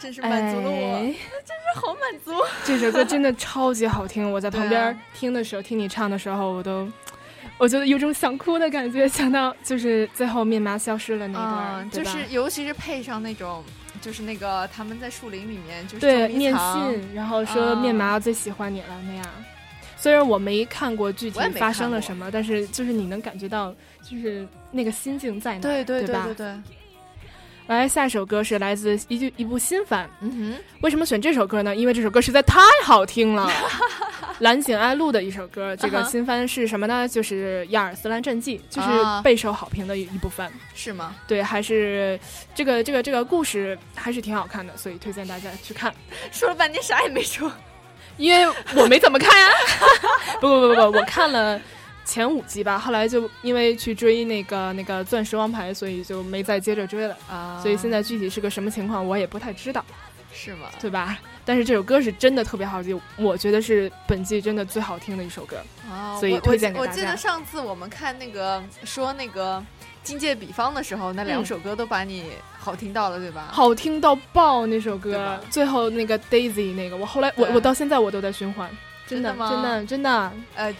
S4: 真是满足了我，
S2: 哎
S4: [LAUGHS] 真是好满足。
S2: [LAUGHS]
S4: 啊
S2: 这首歌真的超级好听，我在旁边听的时候，听你唱的时候，我都，我觉得有种想哭的感觉。想到就是最后面麻消失了那一段，
S4: 嗯，
S2: 对
S4: 就
S2: 吧
S4: 是尤其是配上那种，就是那个他们在树林里面就是捉
S2: 对
S4: 迷
S2: 念
S4: 藏
S2: 信，然后说
S4: 嗯
S2: 面麻最喜欢你了那样。虽然我没看过具体
S4: 我也没
S2: 发生了
S4: 看过
S2: 什么，但是就是你能感觉到，就是那个心境在哪，
S4: 对对
S2: 吧？
S4: 对对，
S2: 来，下一首歌是来自一句一部新番，
S4: 嗯
S2: 为什么选这首歌呢？因为这首歌实在太好听
S4: [LAUGHS]
S2: 了，蓝井爱露的一首歌。这个
S4: 啊哈
S2: 新番是什么呢？就是《亚尔斯兰战记》，就是
S4: 啊
S2: 备受好评的一一部番。
S4: 哼，是吗？
S2: 对，还是这个这个这个故事还是挺好看的，所以推荐大家去看。
S4: 说了半天啥也没说，
S2: 因为我没怎么看呀、
S4: [LAUGHS]
S2: 不不不不不，我看了前五集吧，后来就因为去追那个那个钻石王牌，所以就没再接着追了。[LAUGHS]
S4: 啊
S2: 所以现在具体是个什么情况，我也不太知道。
S4: 是吗？
S2: 对吧？但是这首歌是真的特别好听，我觉得是本季真的最好听的一首歌。
S4: 啊，
S2: 所以
S4: 我
S2: 推荐给
S4: 我记。
S2: 大
S4: 我记
S2: 家
S4: 得上次我们看那个说那个境界比方的时候，那两
S2: 嗯
S4: 首歌都把你好听到了，对吧？
S2: 好听到爆那首
S4: 对
S2: 歌
S4: 吧，
S2: 最后那个 Daisy 那个，我后来我
S4: 对
S2: 我到现在我都在循环，真的
S4: 真的吗
S2: 真的真的，
S4: 呃，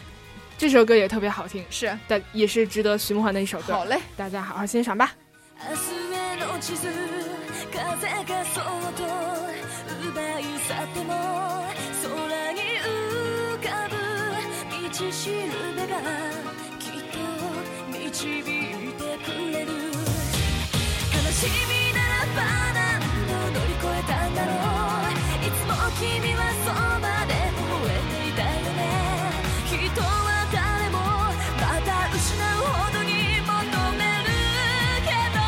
S2: 这首歌也特别好听，
S4: 是
S2: 但也是值得循环的一首歌。
S4: 好嘞，
S2: 大家好好欣赏吧。
S7: 明日への地図風がそっと奪い去っても空に浮かぶ道しるべがきっと導いてくれる悲しみならば何度乗り越えたんだろういつも君はそばで微笑んでいたよね人は誰もまた失うほどに求めるけど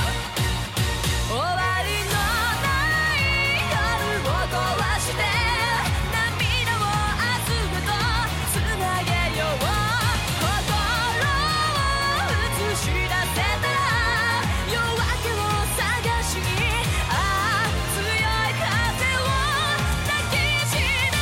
S7: 終わりのない夜を壊して涙を明日へとつなげよう心を映し出せたら夜明けを探しにああ強い風を抱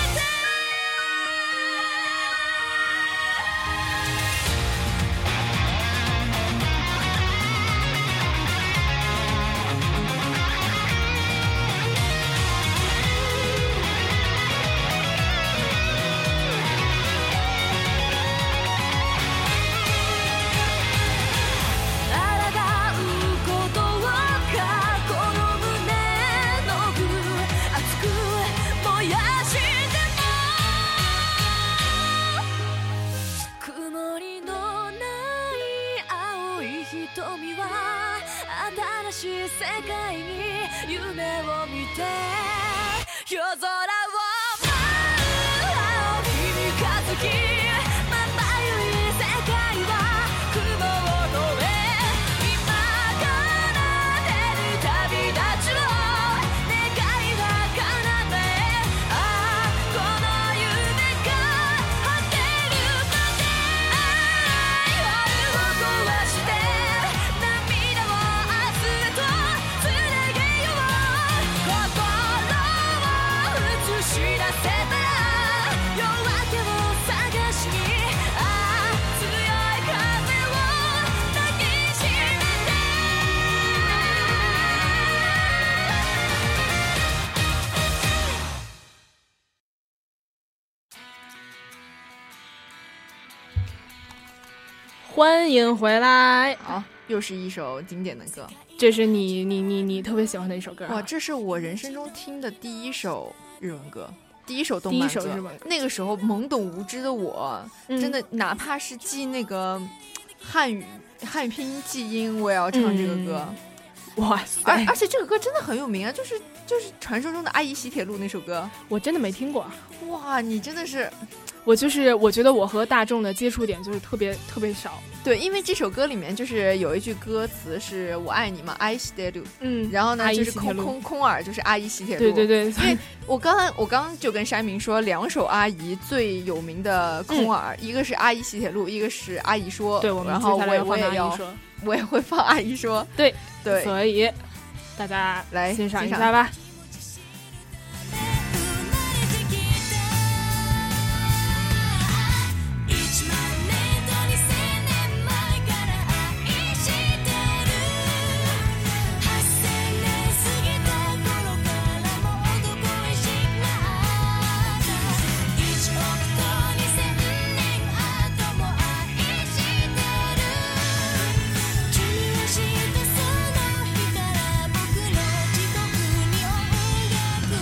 S7: しい世界に夢を見て夜空を舞う青き三日月まばゆい世界は雲を越え今奏でる旅立ちを願いは叶えああこの夢が果てるまで夜を壊して涙を明日とつなげよう心を映し出せたら夜明けを探しにああ強い風を抱きしめて
S2: 欢迎回来。
S4: 好，又是一首经典的歌。
S2: 这是你你你你特别喜欢的一首歌啊、
S4: [LAUGHS] 哇，这是我人生中听的第一首日文歌，第一首动
S2: 第一
S4: 漫
S2: 首
S4: 歌。
S2: 日文歌
S4: 那个时候懵懂无知的我，
S2: 嗯
S4: 真的哪怕是记那个汉语汉语拼音记音，我也要唱这
S2: 嗯
S4: 个歌。
S2: 哇塞！
S4: 而而且这个歌真的很有名啊，就是就是传说中的《阿姨洗铁路》那首歌。
S2: 我真的没听过。啊
S4: 哇，你真的是
S2: 我就是我觉得我和大众的接触点就是特别特别少。
S4: 对，因为这首歌里面就是有一句歌词是我爱你嘛，爱西铁路。
S2: 嗯，
S4: 然后
S2: 阿
S4: 呢，
S2: 姨
S4: 就是
S2: 洗铁
S4: 空
S2: 路
S4: 空空耳，就是阿姨洗铁路。
S2: 对对对，
S4: 因为我刚刚我刚刚就跟山明说，两首阿姨最有名的空耳，一个是阿姨洗铁路，一个是阿姨说。
S2: 对我们
S4: 然后
S2: 接下来
S4: 我也
S2: 要
S4: 我
S2: 放
S4: 也
S2: 阿姨
S4: 要
S2: 说，
S4: [LAUGHS] 我也会放阿姨说。
S2: 对
S4: 对，
S2: 所以大家
S4: 来
S2: 欣赏一
S4: 欣赏
S2: 下吧。
S7: 1万年と2000年前から愛してる8000年過ぎた頃からも男意識があった1億と2000年後も愛してる君を知ったその日から僕の地獄に溺れ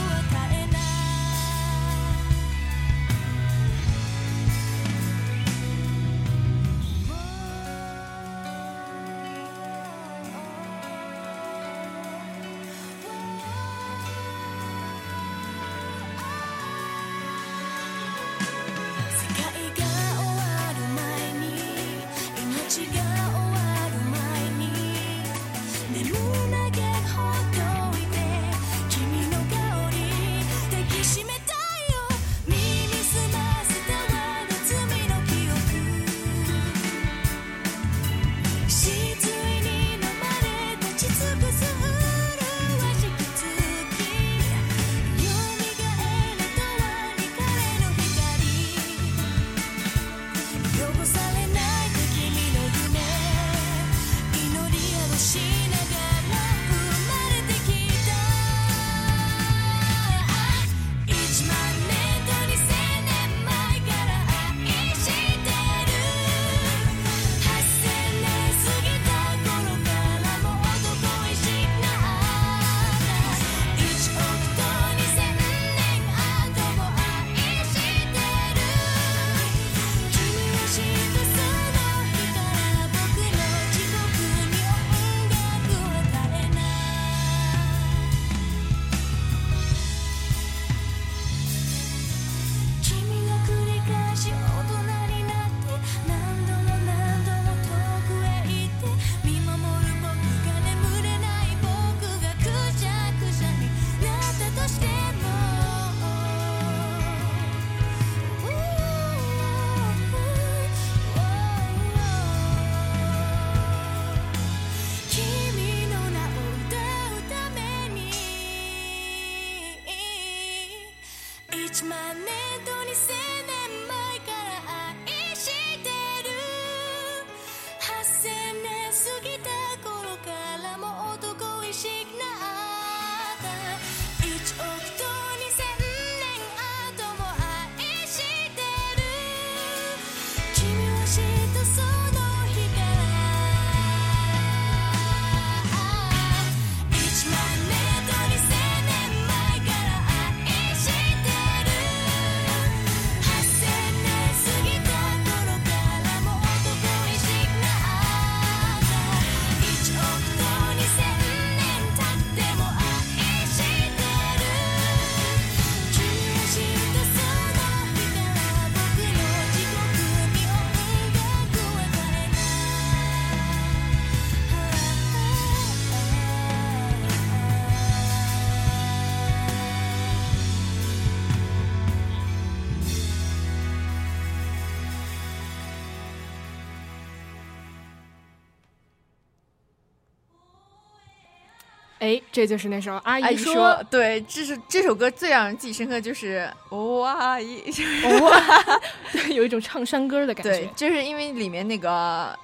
S2: 哎，这就是那首阿
S4: 姨
S2: 说，
S4: 说 [LAUGHS] 对，这是这首歌最让人记忆深刻，就是哦
S2: [LAUGHS]
S4: 阿姨，
S2: 哦 [LAUGHS] 啊，对，有一种唱山歌的感觉。
S4: 对，就是因为里面那个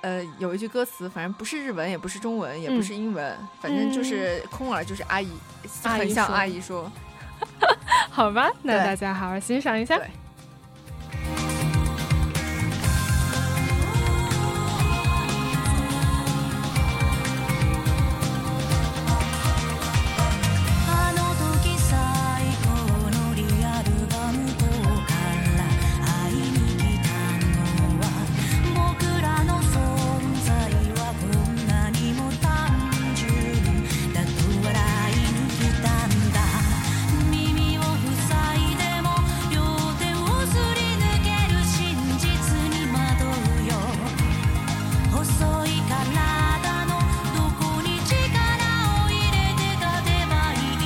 S4: 呃有一句歌词，反正不是日文，也不是中文，也不是英文，反正就是空耳，就是阿姨，
S2: 嗯阿姨
S4: 很像
S2: 说
S4: 阿姨说。
S2: 好吧，那
S4: 对
S2: 大家好好欣赏一下。
S7: 「あの時最高のリアルが向こうから会いに来たのは」「僕らの存在はこんなにも単純だと笑いに来たんだ」「耳を塞いでも両手をすり抜ける真実に惑うよ」「細い体のどこに力を入れて立てばいい」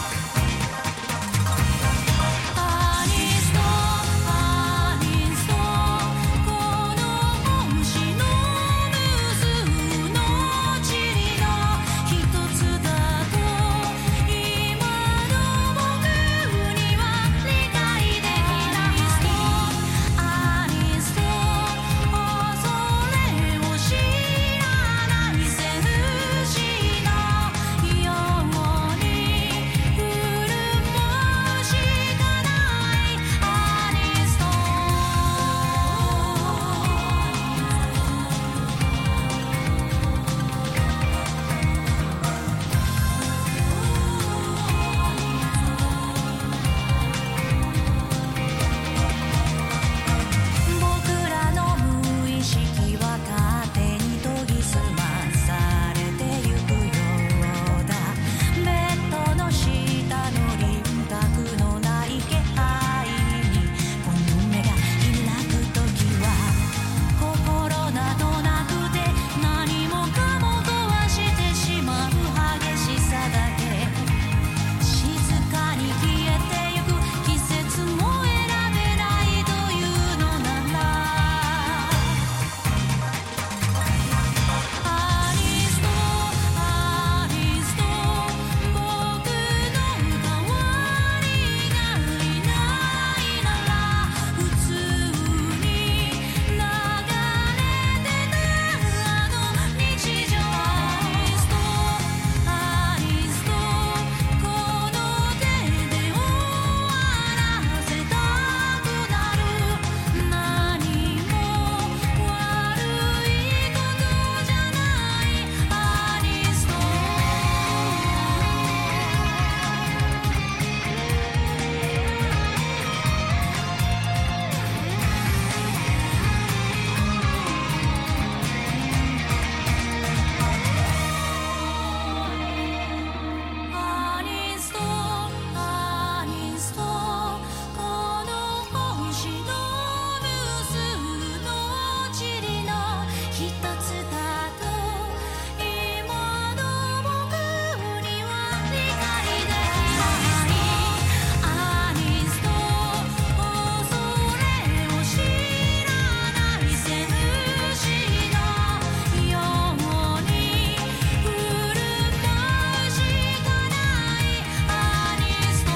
S7: 「アニストアニスト」「この星の無数の塵のひとつだと」「今の僕には理解できない」「アニスト恐れを知らない戦士のように振る舞うしかないアニスト」僕らの無意識は勝手に研ぎ澄まされてゆくようだベッドの下の輪郭のない気配にこの目が開くときは心などなくて何もかも壊してしまう激しさだけ静かに消えてゆく季節も選べないというのならアリストアリスト僕の代わりがいないなら普通に流れてたあの日常アリストアリストこの手で終わらせたくなる何も悪いことじゃないアリストアニストアニストこの星の無数の塵の一つだと今の僕には理解できないアニスト恐れを知らない戦士のように振る舞うしかないアニスト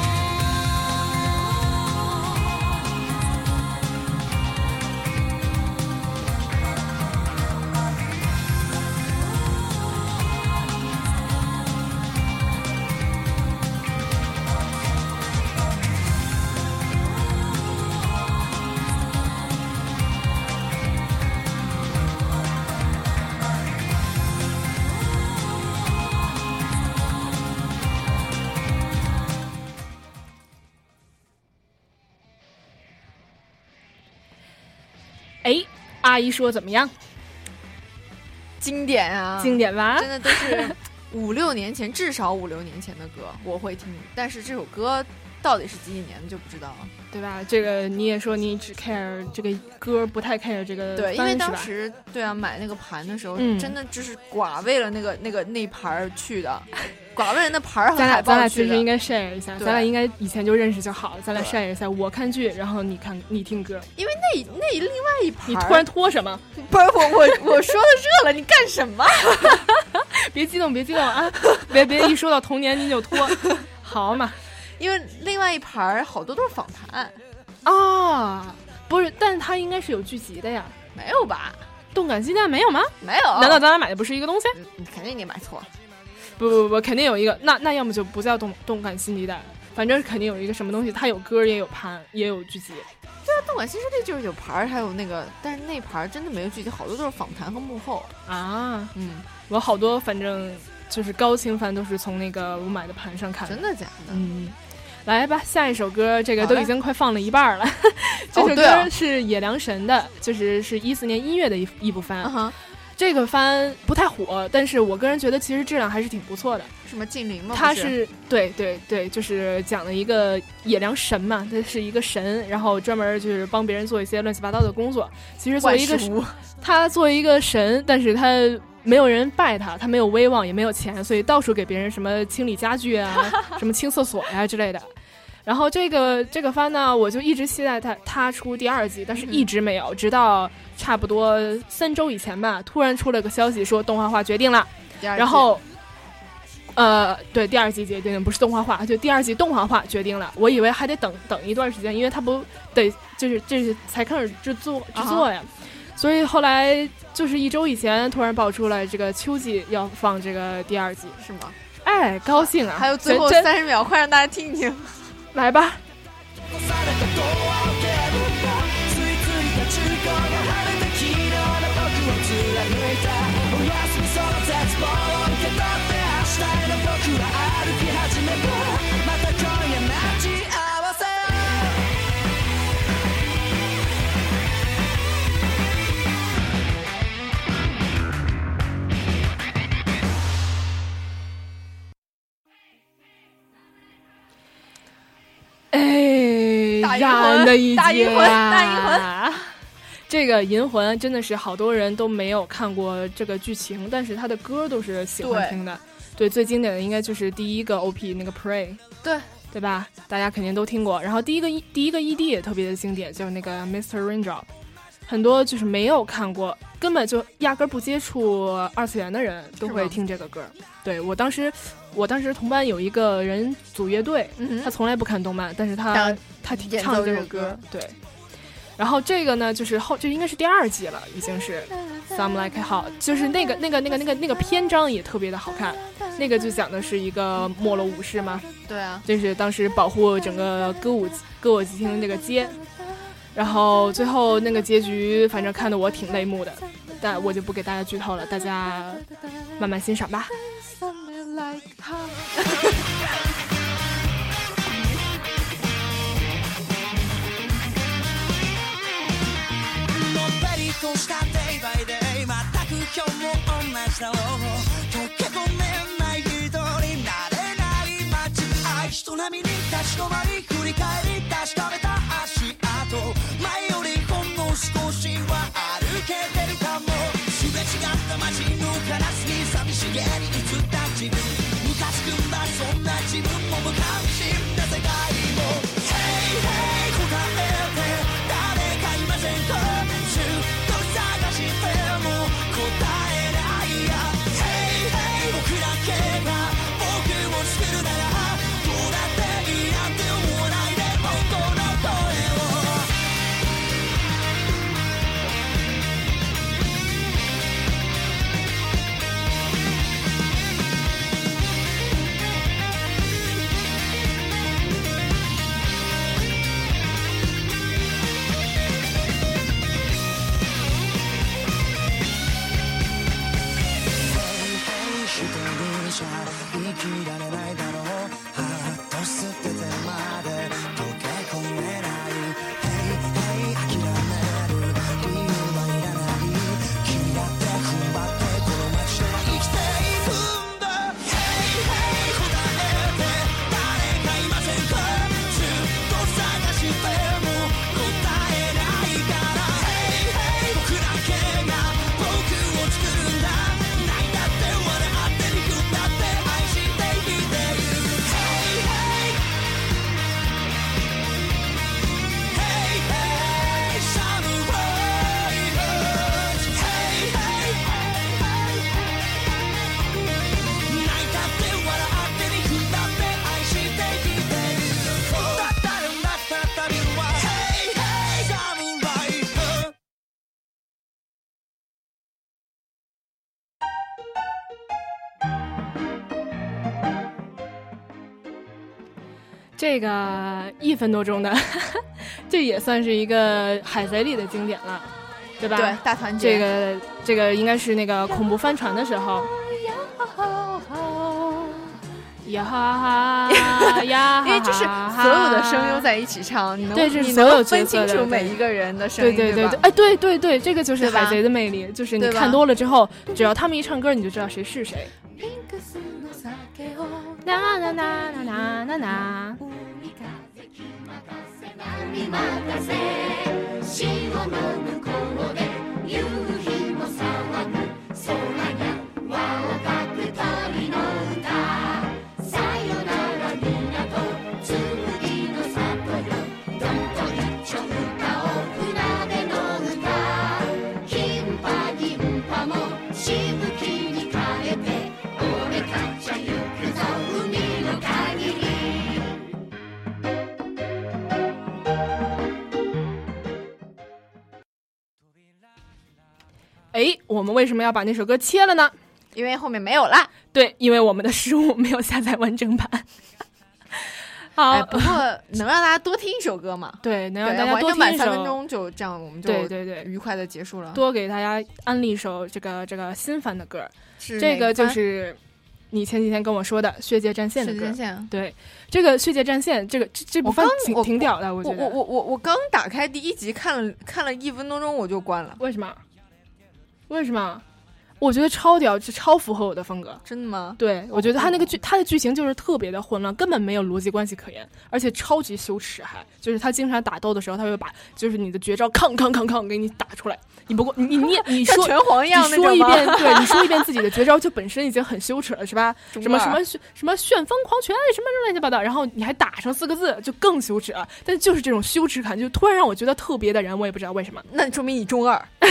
S2: 哎，阿姨说怎么样？
S4: 经典啊，
S2: 经典吧
S4: 真的都是 [LAUGHS] 五六年前，至少五六年前的歌，我会听。但是这首歌到底是几几年的就不知道了。
S2: 对吧？这个你也说你只 care 这个歌，不太 care 这个
S4: 对，因
S2: 呃翻
S4: 为
S2: 是
S4: 当
S2: 吧
S4: 时对啊，买那个盘的时候，
S2: 嗯
S4: 真的就是寡为了那个那个那盘儿去的， [LAUGHS] 寡为了那盘儿和
S2: 咱俩
S4: 海
S2: 咱
S4: 报
S2: 俩
S4: 去
S2: 其实
S4: 的。
S2: 应该 share 一下，
S4: 对
S2: 咱俩应该以前就认识就好了，咱俩
S4: 对
S2: share 一下，我看剧，然后你看你听歌，
S4: 因为那一那一另外 [LAUGHS] 一
S2: 你
S4: 盘儿，
S2: 突然拖什么？
S4: 不是我我我说到这了，你干什么？
S2: 别激动，别激动啊！别别一说到童年您就拖， [LAUGHS] 好嘛。
S4: [LAUGHS] 因为另外一盘儿好多都是访谈
S2: 啊，不是，但是它应该是有剧集的呀。
S4: 没有吧？
S2: 动感西蛋没有吗？
S4: 没有。
S2: 难道咱俩买的不是一个东西？
S4: 你肯定你买错了。
S2: 不不不，肯定有一个。那那要么就不叫动动感新地带，反正肯定有一个什么东西，它有歌也有盘也有剧集。
S4: 对啊，动感新势力就是有牌儿，还有那个，但是那牌儿真的没有具体，好多都是访谈和幕后
S2: 啊。
S4: 嗯，
S2: 我好多反正就是高清番都是从那个我买的盘上看的。
S4: 真的假的？
S2: 嗯，来吧，下一首歌，这个都已经快放了一半
S4: [LAUGHS]
S2: 了。这首
S4: 对啊
S2: 歌是野良神的，就是是一四年一月的一一部番。
S4: 嗯哼，
S2: 这个番不太火，但是我个人觉得其实质量还是挺不错的。
S4: 什么近邻吗？
S2: 它
S4: 不哦是
S2: 是对对对，就是讲了一个野良神嘛，他是一个神，然后专门就是帮别人做一些乱七八糟的工作。其实作为一个
S4: 万事屋
S2: 他作为一个神，但是他没有人拜他，他没有威望，也没有钱，所以到处给别人什么清理家具啊、什么清厕所呀、之类的。然后这个这个番呢，我就一直期待它它出第二季，但是一直没有，直到差不多三周以前吧，突然出了个消息说动画化决定了，
S4: 第二季
S2: 然后。呃，对，第二季决定不是动画化，就第二季动画化决定了。我以为还得等等一段时间，因为它不得就是这是才开始制作制作呀。所以后来就是一周以前突然爆出来这个秋季要放这个第二季，
S4: 是吗？
S2: 哎，高兴啊！
S4: 还有最后
S2: 真
S4: 三十秒，快让大家听听。
S2: 来吧，哎
S4: 大，银魂
S2: 燃的一
S4: 大银
S2: 阶
S4: 魂大银魂
S2: 啊 [LAUGHS] 这个《银魂》真的是好多人都没有看过这个剧情，但是他的歌都是喜欢
S4: 对
S2: 听的。对，最经典的应该就是第一个 OP 那个 Pray，
S4: 对
S2: 对吧？大家肯定都听过。然后第一个第一个 ED 也特别的经典，就是那个 Mr. Raindrop。很多就是没有看过，根本就压根儿不接触二次元的人都
S4: 是
S2: 会
S4: 吗
S2: 听这个歌。对我当时，我当时同班有一个人组乐队，
S4: 嗯哼
S2: 他从来不看动漫，但是他
S4: 但
S2: 他挺
S4: 演奏
S2: 唱的这
S4: 这
S2: 首
S4: 首歌
S2: 歌，对。然后这个呢，就是后这应该是第二季了，已经是 Some Like It Hot，就是那个那个那个那个那个篇章也特别的好看，那个就讲的是一个没落武士嘛，
S4: 对啊，
S2: 就是当时保护整个歌舞歌舞伎町这个街，然后最后那个结局，反正看得我挺泪目的，但我就不给大家剧透了，大家慢慢欣赏吧。
S5: のんべりとしたデイバイデイ全く今日も同じだろう溶け込めない人になれない街愛人並みに立ち止まり振り返り確かめた足跡前よりほんの少しは歩けてるかもすれ違った街のカラスに寂しげに映った自分ムカつくんだそんな自分も無関心な世界も Hey hey 答えて誰かいませんかずっと探しても答えないや Hey hey 僕だけが僕を作るならどうだっていいなんて思わないでもこの
S2: 这个一分多钟的，这也算是一个海贼里的经典了，对吧？
S4: 对大团
S2: 这
S4: 结
S2: 个这个应该是那个恐怖帆船的时候。呀哈哈呀哈哈！
S4: 因为就是所有的声优在一起唱，你能
S2: 对，是
S4: 你
S2: 所有
S4: 能
S2: 角
S4: 分
S2: 色
S4: 清
S2: 的
S4: 楚
S2: 对
S4: 每一个人的声音，
S2: 对对
S4: 吧
S2: 对，哎，对对对，这个就是
S4: 对吧
S2: 海贼的魅力，就是你
S4: 对吧
S2: 看多了之后，只要他们一唱歌，你就知道谁是谁。ななななななな。
S8: 任せ潮の向こうで夕日も騒ぐ空が輪をかく旅の歌さよなら港紬の里よどんと一丁歌おう船出の歌金パ銀パもしぶきに変えて俺たちは行くぞ海の限り
S2: 哎，我们为什么要把那首歌切了呢？
S4: 因为后面没有啦。
S2: 对，因为我们的失误没有下载完整版。好，
S4: 哎，不过能让大家多听一首歌嘛？
S2: 对， [LAUGHS] 能让
S4: 对，
S2: 大家
S4: 完
S2: 多
S4: 整
S2: 听
S4: 版
S2: 一
S4: 三
S2: 首
S4: 分钟就这样，我们就
S2: 对对对
S4: 愉快的结束了。
S2: 多给大家安利一首这个这个新番的歌儿，
S4: 是
S2: 这
S4: 嗯哪个
S2: 个就
S4: 番
S2: 是你前几天跟我说的《血界战线》的
S4: 血
S2: 歌。
S4: 界战线
S2: 对，这个《血界战线》这个这这部
S4: 我
S2: 番
S4: 刚
S2: 挺
S4: 我
S2: 挺屌的，我觉
S4: 我
S2: 得。
S4: 我我我我刚打开第一集看了看了一分多钟我就关了，
S2: 为什么？为什么？我觉得超屌，就超符合我的风格。
S4: 真的吗？
S2: 对，我觉得他那个
S4: 哦
S2: 剧，他的剧情就是特别的混乱，根本没有逻辑关系可言，而且超级羞耻还，就是他经常打斗的时候，他会把就是你的绝招抗抗抗抗给你打出来，你不过你你
S4: [LAUGHS]
S2: 你
S4: 像
S2: 说
S4: 拳皇一样
S2: 你
S4: 那
S2: 说
S4: 种
S2: 一
S4: 吗
S2: 遍，对，你 [LAUGHS] 说一遍自己的绝招就本身已经很羞耻了，是吧？
S4: 中
S2: 什么
S4: 二
S2: 什么旋什么旋风狂拳，什么乱七八糟，然后你还打上四个字，就更羞耻了。但就是这种羞耻感，就突然让我觉得特别的燃，我也不知道为什么。
S4: 那说明你中二， [LAUGHS]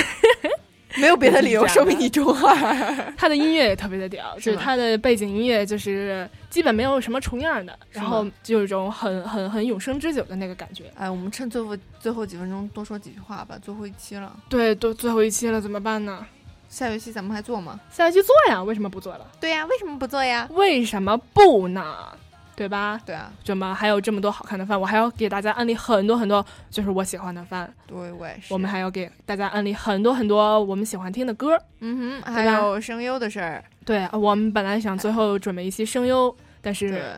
S4: 没有别的理 [LAUGHS] 由说明你中二。 [LAUGHS]
S2: 他的音乐也特别的屌，
S4: 是
S2: 就是
S4: 吗
S2: 他的背景音乐就是基本没有什么重样的，
S4: 是吗
S2: 然后就有一种很很很永生之久的那个感觉。
S4: 哎，我们趁最后最后几分钟多说几句话吧，最后一期了，
S2: 对，都最后一期了，怎么办呢？
S4: 下学期咱们还做吗？
S2: 下一期做呀，为什么不做了？
S4: 对呀、为什么不做呀？
S2: 为什么不呢？对吧？
S4: 对啊，
S2: 怎么还有这么多好看的番？我还要给大家安利很多很多，就是我喜欢的番。
S4: 对，我也是。
S2: 我们还要给大家安利很多很多我们喜欢听的歌。
S4: 嗯哼，
S2: 对
S4: 还
S2: 吧
S4: 有声优的事儿，
S2: 对，我们本来想最后准备一期声优，但是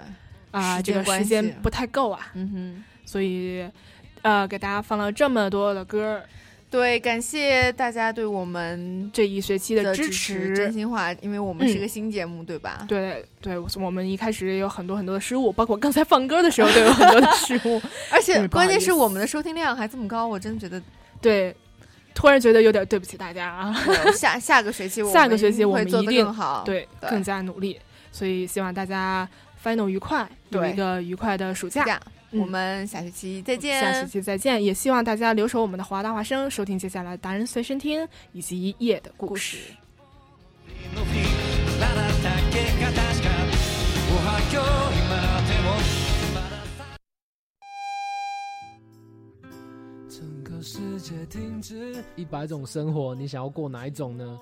S2: 啊、
S4: 时
S2: 这
S4: 间
S2: 个
S4: 关
S2: 时间
S4: 系
S2: 不太够啊，
S4: 嗯
S2: 所以呃，给大家放了这么多的歌，
S4: 对，感谢大家对我们
S2: 这一学期
S4: 的
S2: 支
S4: 持，真心话，因为我们是
S2: 嗯
S4: 个新节目，对吧？，
S2: 对对，我我们一开始也有很多很多的失误，包括刚才放歌的时候都有很多的失误
S4: [LAUGHS] 而且
S2: 嗯不好
S4: 关键
S2: 意
S4: 是
S2: 思
S4: 我们的收听量还这么高，我真觉得
S2: 对，突然觉得有点对不起大家啊。
S4: 呃下下个 [LAUGHS] 学期我
S2: 下个学期我
S4: 会
S2: 们
S4: 做
S2: 一
S4: 得
S2: 定
S4: 更好，
S2: 对
S4: 对
S2: 更加努力。所以希望大家 final 愉快，有
S4: 对
S2: 一个愉快的暑假。
S4: 这样
S2: 嗯
S4: 我们下学期再见，
S2: 下期期再见，也希望大家留守我们的华大华生，收听接下来的达人随身听以及夜的故事。
S9: あなただけが確かおはよう今でもまだ
S10: 整个世界停止。一百种生活，你想要过哪一种呢？